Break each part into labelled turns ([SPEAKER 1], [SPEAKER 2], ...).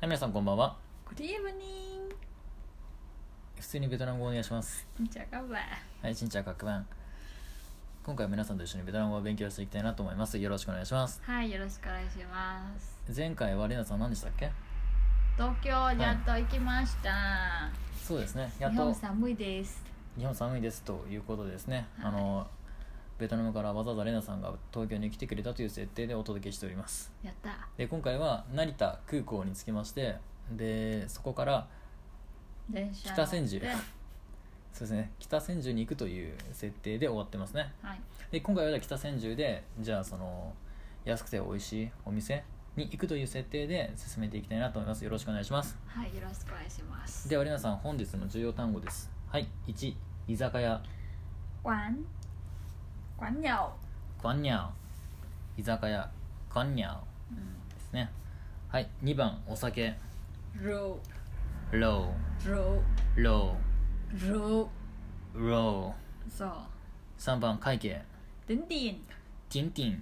[SPEAKER 1] 皆さんこんばんは
[SPEAKER 2] グリーブニン
[SPEAKER 1] 普通にベトナム語お願いします
[SPEAKER 2] こんにちはガブラ
[SPEAKER 1] はいちんちゃん各番今回は皆さんと一緒にベトナム語を勉強していきたいなと思いますよろしくお願いします
[SPEAKER 2] はいよろしくお願いします
[SPEAKER 1] 前回はレナさん何でしたっけ
[SPEAKER 2] 東京やっと行きました、
[SPEAKER 1] そうですねやっ
[SPEAKER 2] 日
[SPEAKER 1] と
[SPEAKER 2] 本寒いです
[SPEAKER 1] 日本寒いですということでですね、
[SPEAKER 2] はい
[SPEAKER 1] あのベトナムからわざわざレナさんが東京に来てくれたという設定でお届けしております
[SPEAKER 2] やった
[SPEAKER 1] で今回は成田空港に着きましてでそこから
[SPEAKER 2] 電車
[SPEAKER 1] 北千住
[SPEAKER 2] ではい
[SPEAKER 1] そうですね北千住に行くという設定で終わってますねで今回はじゃあ北千住でじゃあその安くて美味しいお店に行くという設定で進めていきたいなと思いますよろしくお願いします
[SPEAKER 2] はいよろしくお願いします
[SPEAKER 1] ではレナさん本日の重要単語ですはい1居酒屋
[SPEAKER 2] 玩玩鸟
[SPEAKER 1] ガンニャオ居酒屋ガンニャオですねはい2番お酒
[SPEAKER 2] 肉
[SPEAKER 1] ロ
[SPEAKER 2] 肉
[SPEAKER 1] ーロ
[SPEAKER 2] 肉
[SPEAKER 1] ーロ
[SPEAKER 2] そう
[SPEAKER 1] ー3番会計
[SPEAKER 2] 点点
[SPEAKER 1] ティンティン
[SPEAKER 2] うん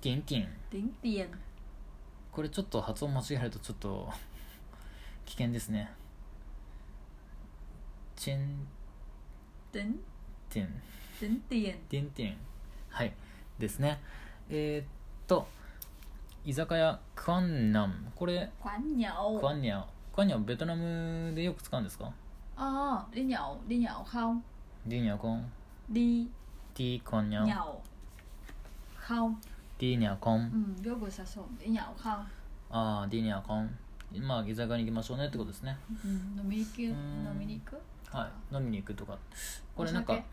[SPEAKER 1] ティンティン
[SPEAKER 2] 点点
[SPEAKER 1] これちょっと発音間違えるとちょっと危険ですねチェン
[SPEAKER 2] 点
[SPEAKER 1] ティン
[SPEAKER 2] 点点
[SPEAKER 1] てんてんはいですねえーっと居酒屋クアンナンこれ
[SPEAKER 2] 玩
[SPEAKER 1] クア
[SPEAKER 2] 鸟
[SPEAKER 1] ンニャクアンニャベトナムでよく使うんですか
[SPEAKER 2] 哦đi Ờ, nhậu đi nhậu không
[SPEAKER 1] ディニャコン
[SPEAKER 2] đi
[SPEAKER 1] ディコンニャ
[SPEAKER 2] nhậu không
[SPEAKER 1] ディニャコン
[SPEAKER 2] ừ vô vừa xa xồm đi nhậu không
[SPEAKER 1] ああディニャコンまあ居酒屋に行きましょうねってことですね
[SPEAKER 2] うん飲みに行く
[SPEAKER 1] ん
[SPEAKER 2] 飲みに行く
[SPEAKER 1] はい飲みに行くとかこれなん
[SPEAKER 2] お
[SPEAKER 1] か
[SPEAKER 2] 酒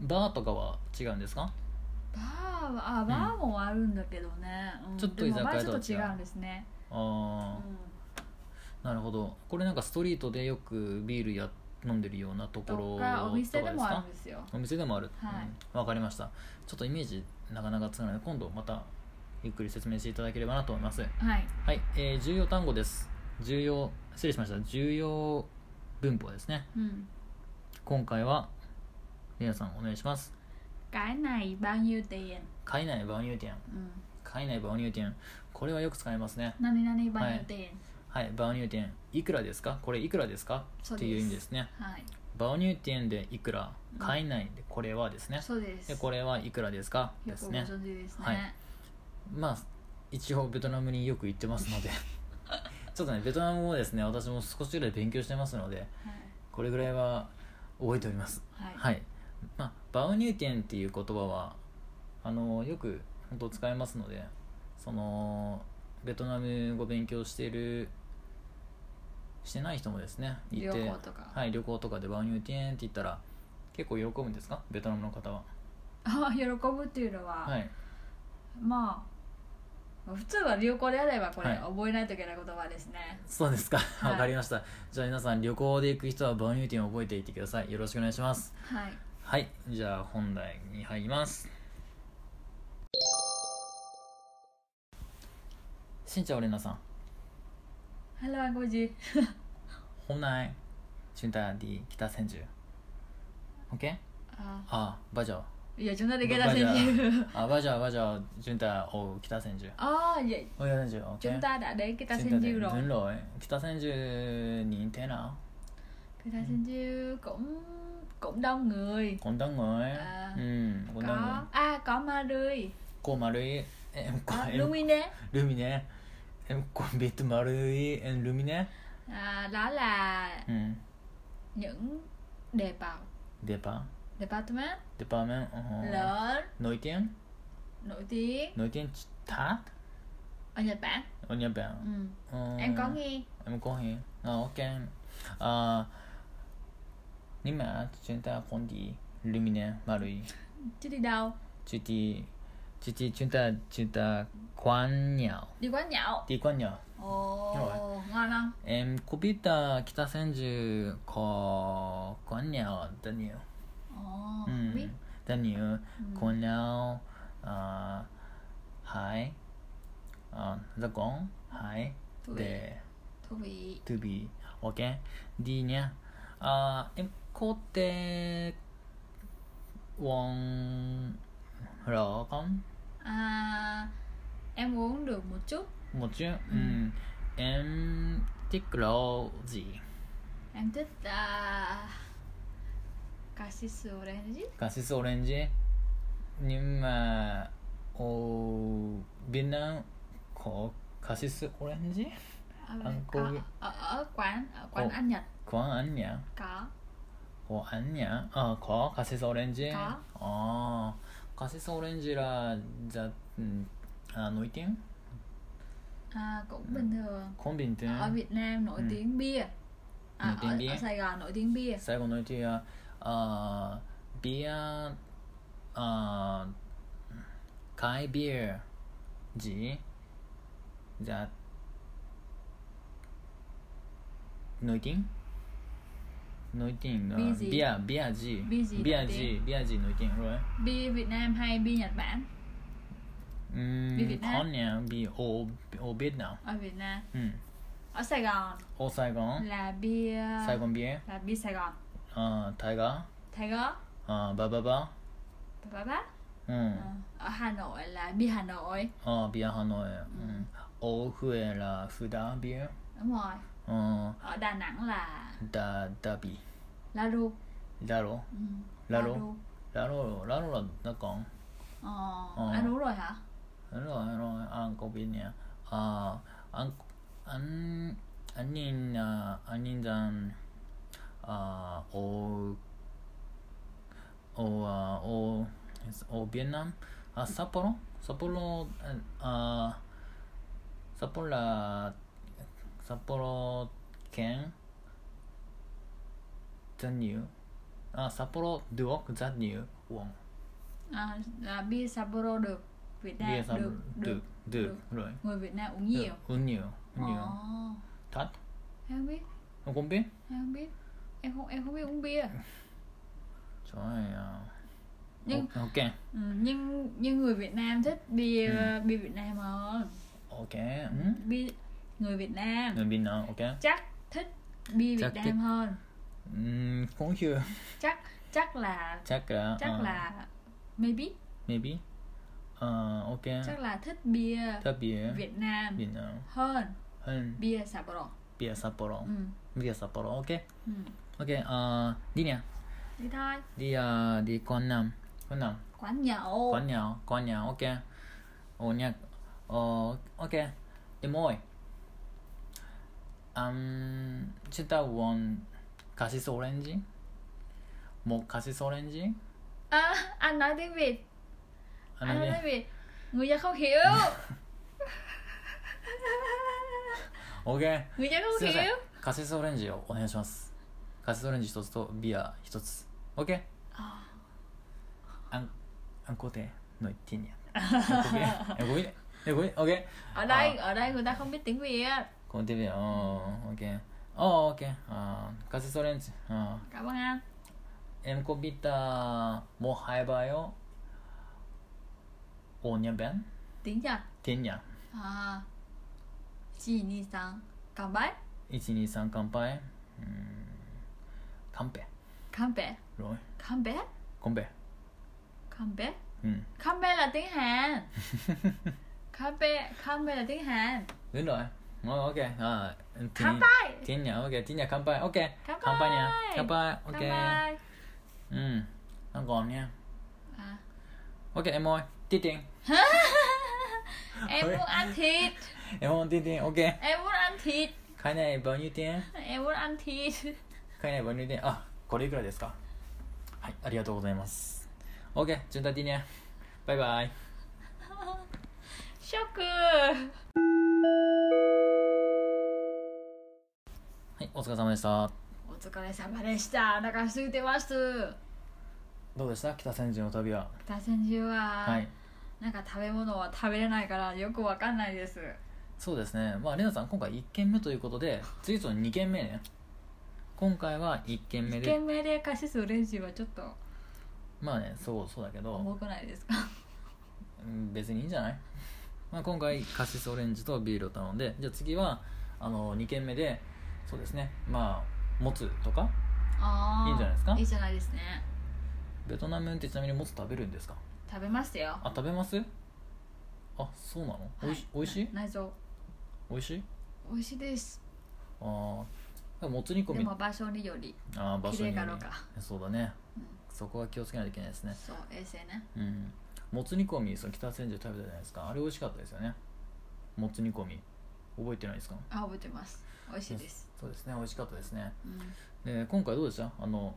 [SPEAKER 1] バーとかは違うんですか
[SPEAKER 2] バーはあバーもあるんだけどね、うん
[SPEAKER 1] ちょっと
[SPEAKER 2] で
[SPEAKER 1] 居
[SPEAKER 2] も
[SPEAKER 1] 酒屋
[SPEAKER 2] バーちょ
[SPEAKER 1] と
[SPEAKER 2] っと
[SPEAKER 1] は違
[SPEAKER 2] 違
[SPEAKER 1] う
[SPEAKER 2] うんですね、う
[SPEAKER 1] ああな
[SPEAKER 2] ん、
[SPEAKER 1] るほどこれなんかストリートでよくビールや飲んでるようなところ
[SPEAKER 2] と
[SPEAKER 1] と
[SPEAKER 2] か
[SPEAKER 1] か
[SPEAKER 2] お店で
[SPEAKER 1] です
[SPEAKER 2] もあ
[SPEAKER 1] か
[SPEAKER 2] るんですよ
[SPEAKER 1] お店でもある、
[SPEAKER 2] はい
[SPEAKER 1] うん、わかりましたちょっとイメージなかなかつかないので今度またゆっくり説明していただければなと思います
[SPEAKER 2] はい
[SPEAKER 1] はい、えー重要単語です重要失礼しました重要文法ですね
[SPEAKER 2] うん
[SPEAKER 1] 今回は皆さんお願いします
[SPEAKER 2] cái này bao nhiêu tiền
[SPEAKER 1] 海内バウニューティン
[SPEAKER 2] うん
[SPEAKER 1] 海内バウニューティンこれはよく使いますね
[SPEAKER 2] 何々 bao nhiêu tiền
[SPEAKER 1] はいバウニューティンいくらですかこれいくらですか
[SPEAKER 2] そう
[SPEAKER 1] っ
[SPEAKER 2] です
[SPEAKER 1] ていう意味ですね
[SPEAKER 2] はい、
[SPEAKER 1] バウニューティンでいくら
[SPEAKER 2] うん
[SPEAKER 1] 海内でこれはですね
[SPEAKER 2] そうです
[SPEAKER 1] でこれはいくらですかですね
[SPEAKER 2] よくご存知ですね、
[SPEAKER 1] はいまあ一応ベトナムによく行ってます のでちょっとねベトナム語をですね私も少しぐらい勉強してますのでこれぐらいは覚えております
[SPEAKER 2] はいは
[SPEAKER 1] は
[SPEAKER 2] い
[SPEAKER 1] い、まあ、バウニューテンっていう言葉はあのよく本当使いますのでそのベトナム語勉強しているしてない人もですねいて
[SPEAKER 2] 旅行とか
[SPEAKER 1] はい、旅行とかでバウニューテンって言ったら結構喜ぶんですかベトナムの方は
[SPEAKER 2] あ喜ぶっていうのは、
[SPEAKER 1] はい
[SPEAKER 2] まあ普通は旅行であればこれ
[SPEAKER 1] はい
[SPEAKER 2] 覚えないといけない言葉ですね
[SPEAKER 1] そうですか、
[SPEAKER 2] い
[SPEAKER 1] わかりましたじゃあ皆さん旅行で行く人はバウニューティンを覚えていってくださいよろしくお願いします
[SPEAKER 2] はい
[SPEAKER 1] はいじゃあ本題に入りますしんちゃんおれなさん
[SPEAKER 2] Hello anh cô gì
[SPEAKER 1] 本来chúng ta đi 北千住 OK?
[SPEAKER 2] à,
[SPEAKER 1] À, bây giờ
[SPEAKER 2] giờ chúng ta đi cái
[SPEAKER 1] Bây
[SPEAKER 2] ta
[SPEAKER 1] giờ-
[SPEAKER 2] xem như
[SPEAKER 1] À, bây giờ, bây giờ chúng ta ở 北千住
[SPEAKER 2] Ờ, vậy
[SPEAKER 1] Ở 北千住 OK?
[SPEAKER 2] chúng ta đã đến cái ta
[SPEAKER 1] Chúng
[SPEAKER 2] xem
[SPEAKER 1] đi-
[SPEAKER 2] như rồi
[SPEAKER 1] Đúng rồi Kita Senju nhìn thế nào? Dạ.
[SPEAKER 2] cái ta xem như cũng cũng đông người
[SPEAKER 1] Cũng đông người
[SPEAKER 2] À,
[SPEAKER 1] Ừ, cũng đông người
[SPEAKER 2] có à có ma rươi
[SPEAKER 1] Cô mà đi Em có
[SPEAKER 2] có
[SPEAKER 1] em
[SPEAKER 2] lumine
[SPEAKER 1] Lumine Em cũng biết mà đi Em Lumine
[SPEAKER 2] à, đó là
[SPEAKER 1] Ừ
[SPEAKER 2] những đề bảo
[SPEAKER 1] Depa
[SPEAKER 2] department
[SPEAKER 1] Depa men uh,
[SPEAKER 2] lớn
[SPEAKER 1] Nổi tiếng
[SPEAKER 2] nổi tiếng
[SPEAKER 1] Nổi tiếng Tha
[SPEAKER 2] ở Nhật Bản
[SPEAKER 1] Ở Nhật Bản
[SPEAKER 2] ừ.
[SPEAKER 1] Ờ,
[SPEAKER 2] em có nghe
[SPEAKER 1] Em có hiểu. Ờ, ok. Ờ, nhưng mà chúng ta không đi Lumine mà đi.
[SPEAKER 2] chứ đi đâu
[SPEAKER 1] Chỉ đi chỉ đi chúng ta chúng ta quan nhau.
[SPEAKER 2] đi quán nhậu
[SPEAKER 1] Đi quan nhau.
[SPEAKER 2] ồ
[SPEAKER 1] Rồi.
[SPEAKER 2] ngon không
[SPEAKER 1] Em có biết là Kita Senju có quan nhau rất nhiều.
[SPEAKER 2] ồ
[SPEAKER 1] Ừ,
[SPEAKER 2] không biết
[SPEAKER 1] rất nhiều quan nhau. Ờ, hãy ờ, rất con hãy
[SPEAKER 2] thú vị
[SPEAKER 1] để
[SPEAKER 2] thú vị
[SPEAKER 1] to be OK đi nha à, em có thể uống rượu không
[SPEAKER 2] à, em uống được một chút
[SPEAKER 1] một chút ừ. em テクロジ
[SPEAKER 2] なんてった à, カシスオレンジ
[SPEAKER 1] ーカシスオレンジにまあおビナンこカシスオレンジ
[SPEAKER 2] ở,
[SPEAKER 1] Ăn
[SPEAKER 2] ở,
[SPEAKER 1] cua.
[SPEAKER 2] Ờ, ở, ở quán ở
[SPEAKER 1] Ờ, Ồ.
[SPEAKER 2] quán ăn Nhật
[SPEAKER 1] コアンニャン
[SPEAKER 2] có
[SPEAKER 1] おあんにゃんあこカシスオレンジ
[SPEAKER 2] か
[SPEAKER 1] ああカシスオレンジらじゃうんあのいてん
[SPEAKER 2] à, cũng bình thường
[SPEAKER 1] コンビニて
[SPEAKER 2] ở
[SPEAKER 1] ん
[SPEAKER 2] Việt Nam
[SPEAKER 1] À.
[SPEAKER 2] nổi
[SPEAKER 1] Ừ.
[SPEAKER 2] tiếng bia à,
[SPEAKER 1] Nổi tiếng
[SPEAKER 2] ở,
[SPEAKER 1] bia.
[SPEAKER 2] ở Sài Gòn nổi tiếng bia
[SPEAKER 1] 最後の一はあービアあーカイビアジじゃノイティンノイティンの
[SPEAKER 2] ビジ
[SPEAKER 1] ビアビアジ
[SPEAKER 2] ビジ
[SPEAKER 1] ビア
[SPEAKER 2] ノイティ
[SPEAKER 1] ジビアジノイティンロイ
[SPEAKER 2] bia Việt Nam hay bia Nhật Bản
[SPEAKER 1] う
[SPEAKER 2] ビ
[SPEAKER 1] ー
[SPEAKER 2] ビ
[SPEAKER 1] ん
[SPEAKER 2] ナ
[SPEAKER 1] コンニャンビオオビエナン
[SPEAKER 2] ở Việt Nam
[SPEAKER 1] うん。
[SPEAKER 2] ở Sài Gòn
[SPEAKER 1] おサイゴン、
[SPEAKER 2] là bia
[SPEAKER 1] サイゴンビエ、
[SPEAKER 2] là bia Sài Gòn
[SPEAKER 1] あータイガ
[SPEAKER 2] Thái Gó
[SPEAKER 1] ー、あーバババ、
[SPEAKER 2] Bà Bá
[SPEAKER 1] うん、
[SPEAKER 2] Ờ, ở Hà Nội là bia Hà Nội
[SPEAKER 1] あービアハノイ、うん、オフエラフダビエ、
[SPEAKER 2] đúng rồi
[SPEAKER 1] うん、
[SPEAKER 2] ở Đà Nẵng là
[SPEAKER 1] ダダビ、
[SPEAKER 2] La Ru
[SPEAKER 1] ラロ、
[SPEAKER 2] ừ.
[SPEAKER 1] La Ru.
[SPEAKER 2] Ru
[SPEAKER 1] ラロラロラダコン、
[SPEAKER 2] ờ,
[SPEAKER 1] Ờ.
[SPEAKER 2] La Ru rồi hả
[SPEAKER 1] ラロラロアンコビニャ、あーアンアンアンニンナアンニンザン、あーオおあおおビエナムあ札幌札幌あ札幌ら札幌県ザニューあ札幌ドゥオクザニューウォン
[SPEAKER 2] à, là bia Sapporo được Việt
[SPEAKER 1] ビ
[SPEAKER 2] Nam
[SPEAKER 1] エサブ
[SPEAKER 2] được,
[SPEAKER 1] ドゥ
[SPEAKER 2] được
[SPEAKER 1] ドゥロイ
[SPEAKER 2] người Việt Nam uống Ừ, nhiều Ờ.
[SPEAKER 1] ウニューウ
[SPEAKER 2] Ồ,
[SPEAKER 1] ニュータッ
[SPEAKER 2] Ờ, em không biết
[SPEAKER 1] ノコンビ
[SPEAKER 2] em không biết em không em không biết uống bia
[SPEAKER 1] ちょいや
[SPEAKER 2] ờ, nhưng
[SPEAKER 1] オッケー
[SPEAKER 2] ừ, nhưng nhưng người Việt Nam thích bia bia Việt Nam hơn
[SPEAKER 1] オッケー
[SPEAKER 2] Ừ.
[SPEAKER 1] ん
[SPEAKER 2] bia người Việt Nam
[SPEAKER 1] みんなオッケー
[SPEAKER 2] chắc thích bia Việt
[SPEAKER 1] Chắc
[SPEAKER 2] Nam
[SPEAKER 1] thích.
[SPEAKER 2] hơn
[SPEAKER 1] うーん今週
[SPEAKER 2] chắc chắc là
[SPEAKER 1] チャクラ
[SPEAKER 2] Ừ, chắc
[SPEAKER 1] うん
[SPEAKER 2] là maybe Ờ,
[SPEAKER 1] maybe あー OK
[SPEAKER 2] chắc là thích bia
[SPEAKER 1] タビュー
[SPEAKER 2] Việt Nam
[SPEAKER 1] ビナ
[SPEAKER 2] hơn
[SPEAKER 1] うん
[SPEAKER 2] bia Sapporo
[SPEAKER 1] ビア札幌
[SPEAKER 2] ừ.
[SPEAKER 1] ビア札幌 OK
[SPEAKER 2] ừ.
[SPEAKER 1] OK あーディニャ
[SPEAKER 2] ờ, đi ờ, thôi
[SPEAKER 1] ディアディコンナムコンナム
[SPEAKER 2] quán nhậu
[SPEAKER 1] コンニャオコンニャオ OK おにゃお OK エモいあんチタウォンカシスオレンジもうカシスオレンジ
[SPEAKER 2] à, anh nói tiếng Việt
[SPEAKER 1] あ
[SPEAKER 2] anh
[SPEAKER 1] の
[SPEAKER 2] nói
[SPEAKER 1] ね
[SPEAKER 2] tiếng Việt người ta không hiểu
[SPEAKER 1] OK
[SPEAKER 2] người ta
[SPEAKER 1] すいま
[SPEAKER 2] không
[SPEAKER 1] せん
[SPEAKER 2] hiểu
[SPEAKER 1] カシスオレンジをお願いしますカシスオレンジ一つとビア一つ OK あんあんこての一点や えごいねえごいね OK
[SPEAKER 2] ở đây ở đây người ta không biết tiếng Việt
[SPEAKER 1] この手であー oh, OK あー OK Ah, あーカシスオレンジあ
[SPEAKER 2] cảm ơn anh
[SPEAKER 1] ーエンコビタもハイバーよおにゃべん
[SPEAKER 2] tiếng Nhật
[SPEAKER 1] てんや
[SPEAKER 2] à, chị ni sang cảm bái
[SPEAKER 1] 123乾杯うーん乾杯
[SPEAKER 2] cảm bé
[SPEAKER 1] ロイ
[SPEAKER 2] cảm bé
[SPEAKER 1] コンベ
[SPEAKER 2] cảm bé
[SPEAKER 1] うん
[SPEAKER 2] cảm bé là tiếng Hàn cảm bé cảm bé là tiếng Hàn
[SPEAKER 1] Đúng rồi. Rồi eh. Oh, ok. Ah, À, thì-
[SPEAKER 2] Cảm ơn.
[SPEAKER 1] Tiếng Nhật ok, tiếng Nhật kampai. Ok.
[SPEAKER 2] Cảm
[SPEAKER 1] Kampai nha.
[SPEAKER 2] ơn.
[SPEAKER 1] Kampai. Ok.
[SPEAKER 2] cảm
[SPEAKER 1] Mm.
[SPEAKER 2] ơn
[SPEAKER 1] Ừ. Nó còn nha.
[SPEAKER 2] à.
[SPEAKER 1] Ok em ơi. Tiết tiền.
[SPEAKER 2] em
[SPEAKER 1] Ôi.
[SPEAKER 2] muốn ăn thịt
[SPEAKER 1] Em ơi tiết tiền. Ok.
[SPEAKER 2] em muốn ăn thịt
[SPEAKER 1] Cái này bao nhiêu tiền?
[SPEAKER 2] em muốn ăn thịt
[SPEAKER 1] Cái này bao nhiêu tiền? À, これいくらですか?はい、ありがとうございます。OK、順達にね。バイバイ。
[SPEAKER 2] shock
[SPEAKER 1] はい、お疲れ様でした。
[SPEAKER 2] お疲れ様でしたお腹空いてます
[SPEAKER 1] どうでした北千住の旅は。
[SPEAKER 2] 北千住は、
[SPEAKER 1] はい。
[SPEAKER 2] なんか食べ物は食べれないからよくわかんないです
[SPEAKER 1] そうですね。まあ、レナさん、今回1軒目ということで、次々に2軒目ね。今回は1軒目
[SPEAKER 2] 1
[SPEAKER 1] で
[SPEAKER 2] 軒目でカシスオレンジはちょっと
[SPEAKER 1] まあねそうそうだけど
[SPEAKER 2] 重くな いですか
[SPEAKER 1] うん別にいいんじゃない、まあ、今回カシスオレンジとビールを頼んでじゃあ次はあの2軒目でそうですねまあもつとか
[SPEAKER 2] あー
[SPEAKER 1] いいんじゃないですか
[SPEAKER 2] いいじゃないですね
[SPEAKER 1] ベトナムってちなみにもつ食べるんですか
[SPEAKER 2] 食べますよ
[SPEAKER 1] あ食べますあそうなのおいし,、
[SPEAKER 2] は
[SPEAKER 1] おいしい
[SPEAKER 2] 内臓
[SPEAKER 1] おいしい
[SPEAKER 2] 美味しいです
[SPEAKER 1] ああもつ煮込
[SPEAKER 2] で
[SPEAKER 1] み
[SPEAKER 2] も場所により
[SPEAKER 1] ああ場
[SPEAKER 2] 綺
[SPEAKER 1] 所
[SPEAKER 2] 麗
[SPEAKER 1] によ
[SPEAKER 2] か
[SPEAKER 1] り
[SPEAKER 2] どうか
[SPEAKER 1] そうだね、
[SPEAKER 2] うん
[SPEAKER 1] そこは気をつけないといけないですね
[SPEAKER 2] そう衛生ね
[SPEAKER 1] うんもつ煮込みその北千住食べたじゃないですかあれ美味しかったですよねもつ煮込み覚えてないですか
[SPEAKER 2] あ覚えてます美味しいです、
[SPEAKER 1] そうですね美味しかったですね
[SPEAKER 2] うん、
[SPEAKER 1] で今回どうでしたあの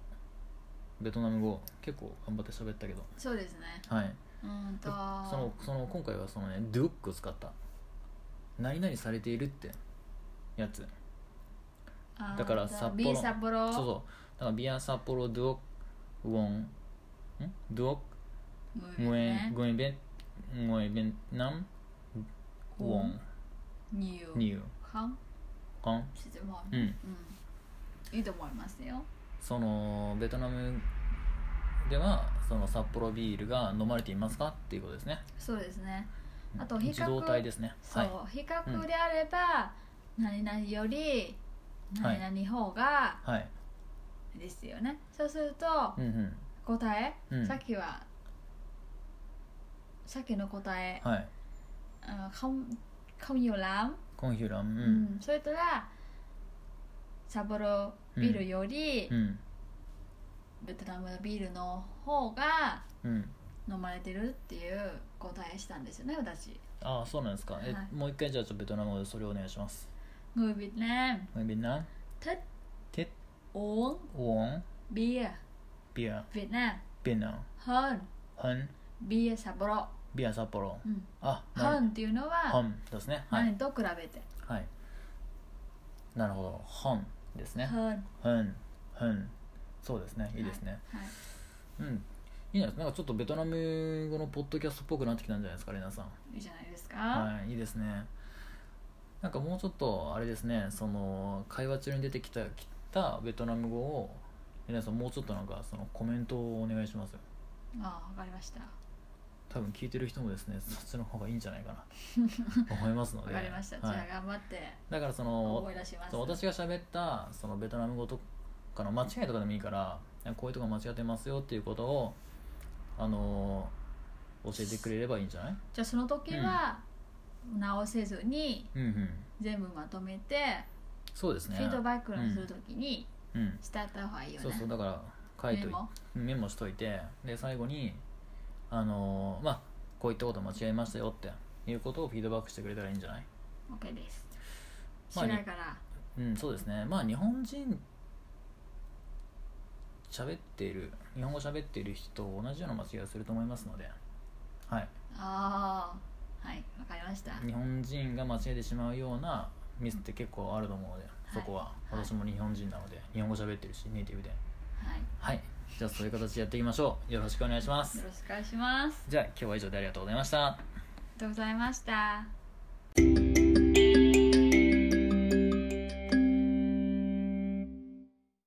[SPEAKER 1] ベトナム語結構頑張って喋ったけど
[SPEAKER 2] そうですね
[SPEAKER 1] はい
[SPEAKER 2] うんと
[SPEAKER 1] そのその今回はそのねドゥックを使った何々されているってやつ
[SPEAKER 2] あ
[SPEAKER 1] だから
[SPEAKER 2] じゃあ
[SPEAKER 1] 札幌
[SPEAKER 2] ビー札幌
[SPEAKER 1] そうそうだからビアサポロドゥオクウォンんドゥオク
[SPEAKER 2] ム
[SPEAKER 1] ム
[SPEAKER 2] エ
[SPEAKER 1] エ
[SPEAKER 2] ね
[SPEAKER 1] グエベムエベナムウォン
[SPEAKER 2] ニュー
[SPEAKER 1] ニュー
[SPEAKER 2] カン
[SPEAKER 1] コン
[SPEAKER 2] 質問
[SPEAKER 1] う、ん
[SPEAKER 2] うん、いいと思いますよ
[SPEAKER 1] そのベトナムではその札幌ビールが飲まれていますかっていうことですね
[SPEAKER 2] そうですね
[SPEAKER 1] うん
[SPEAKER 2] あと比較
[SPEAKER 1] 自動体ですね
[SPEAKER 2] そう、
[SPEAKER 1] はい
[SPEAKER 2] 比較であれば、何々より
[SPEAKER 1] はい
[SPEAKER 2] 何々方が
[SPEAKER 1] はい
[SPEAKER 2] ですよね、そうすると
[SPEAKER 1] うんうん
[SPEAKER 2] 答え、
[SPEAKER 1] うん
[SPEAKER 2] さっきはさっきの答え
[SPEAKER 1] はい
[SPEAKER 2] あkhông không nhiều lắm、
[SPEAKER 1] コンヒュランう
[SPEAKER 2] うんそれとら札幌ビールより、
[SPEAKER 1] うん
[SPEAKER 2] ベトナムのビールの方が
[SPEAKER 1] うん
[SPEAKER 2] 飲まれてるっていう答えしたんですよね私
[SPEAKER 1] ああそうなんですかえ、
[SPEAKER 2] はい
[SPEAKER 1] もう一回じゃあちょっとベトナム語でそれをお願いします
[SPEAKER 2] người Việt Nam
[SPEAKER 1] ベトナム
[SPEAKER 2] thích
[SPEAKER 1] テッ
[SPEAKER 2] uống
[SPEAKER 1] ウォン
[SPEAKER 2] bia
[SPEAKER 1] ビア
[SPEAKER 2] Việt Nam
[SPEAKER 1] ベナン
[SPEAKER 2] hơn
[SPEAKER 1] ハン
[SPEAKER 2] bia 札幌、
[SPEAKER 1] ビア札幌
[SPEAKER 2] うん、
[SPEAKER 1] あな
[SPEAKER 2] hơn っていうの
[SPEAKER 1] ハ
[SPEAKER 2] は
[SPEAKER 1] ンですねはい
[SPEAKER 2] 何と比べて、
[SPEAKER 1] はいなるほどハンですね
[SPEAKER 2] hơn
[SPEAKER 1] ハンハンそうですねいいですね
[SPEAKER 2] はい
[SPEAKER 1] うんいいですねなんかちょっとベトナム語のポッドキャストっぽくなってきたんじゃないですかレナさん
[SPEAKER 2] いいじゃないですか、
[SPEAKER 1] はい、いいですね。なんかもうちょっとあれですね、その会話中に出てきたきたベトナム語を皆さんもうちょっとなんかそのコメントをお願いしますよ。
[SPEAKER 2] ああわかりました
[SPEAKER 1] 多分聞いてる人もですね、そっちの方がいいんじゃない かな思いますの
[SPEAKER 2] わ
[SPEAKER 1] で。
[SPEAKER 2] かりました、
[SPEAKER 1] はい
[SPEAKER 2] じゃあ頑張って
[SPEAKER 1] だからその
[SPEAKER 2] 思い出します
[SPEAKER 1] そう私が喋ったそのベトナム語とかの間違いとかでもいいからこういうとこ間違ってますよっていうことをあの教えてくれればいいんじゃない？
[SPEAKER 2] じゃあその時は直せずに
[SPEAKER 1] うんうん。
[SPEAKER 2] 全部まとめて、
[SPEAKER 1] そうですね。
[SPEAKER 2] フィードバックをする時に
[SPEAKER 1] うん。
[SPEAKER 2] 伝えた方がいいよね、
[SPEAKER 1] そうそうだから書い
[SPEAKER 2] メ
[SPEAKER 1] といて
[SPEAKER 2] モ
[SPEAKER 1] メモしといてで最後にあのーまあこういったこと間違えましたよっていうことをフィードバックしてくれたらいいんじゃない
[SPEAKER 2] OK です
[SPEAKER 1] まあ
[SPEAKER 2] 白いから、
[SPEAKER 1] うんそうですねまあ日本人喋っている日本語喋っている人と同じような間違いをすると思いますのではい
[SPEAKER 2] ああはいわかりました
[SPEAKER 1] 日本人が間違えてしまうようなミスって結構あると思うのでそこは
[SPEAKER 2] はい
[SPEAKER 1] 私も日本人なので日本語喋ってるしネイティブで
[SPEAKER 2] はい
[SPEAKER 1] はいじゃあそういう形でやっていきましょうよろしくお願いします
[SPEAKER 2] よろしくお願いします
[SPEAKER 1] じゃあ今日は以上でありがとうございました
[SPEAKER 2] ありがとうございました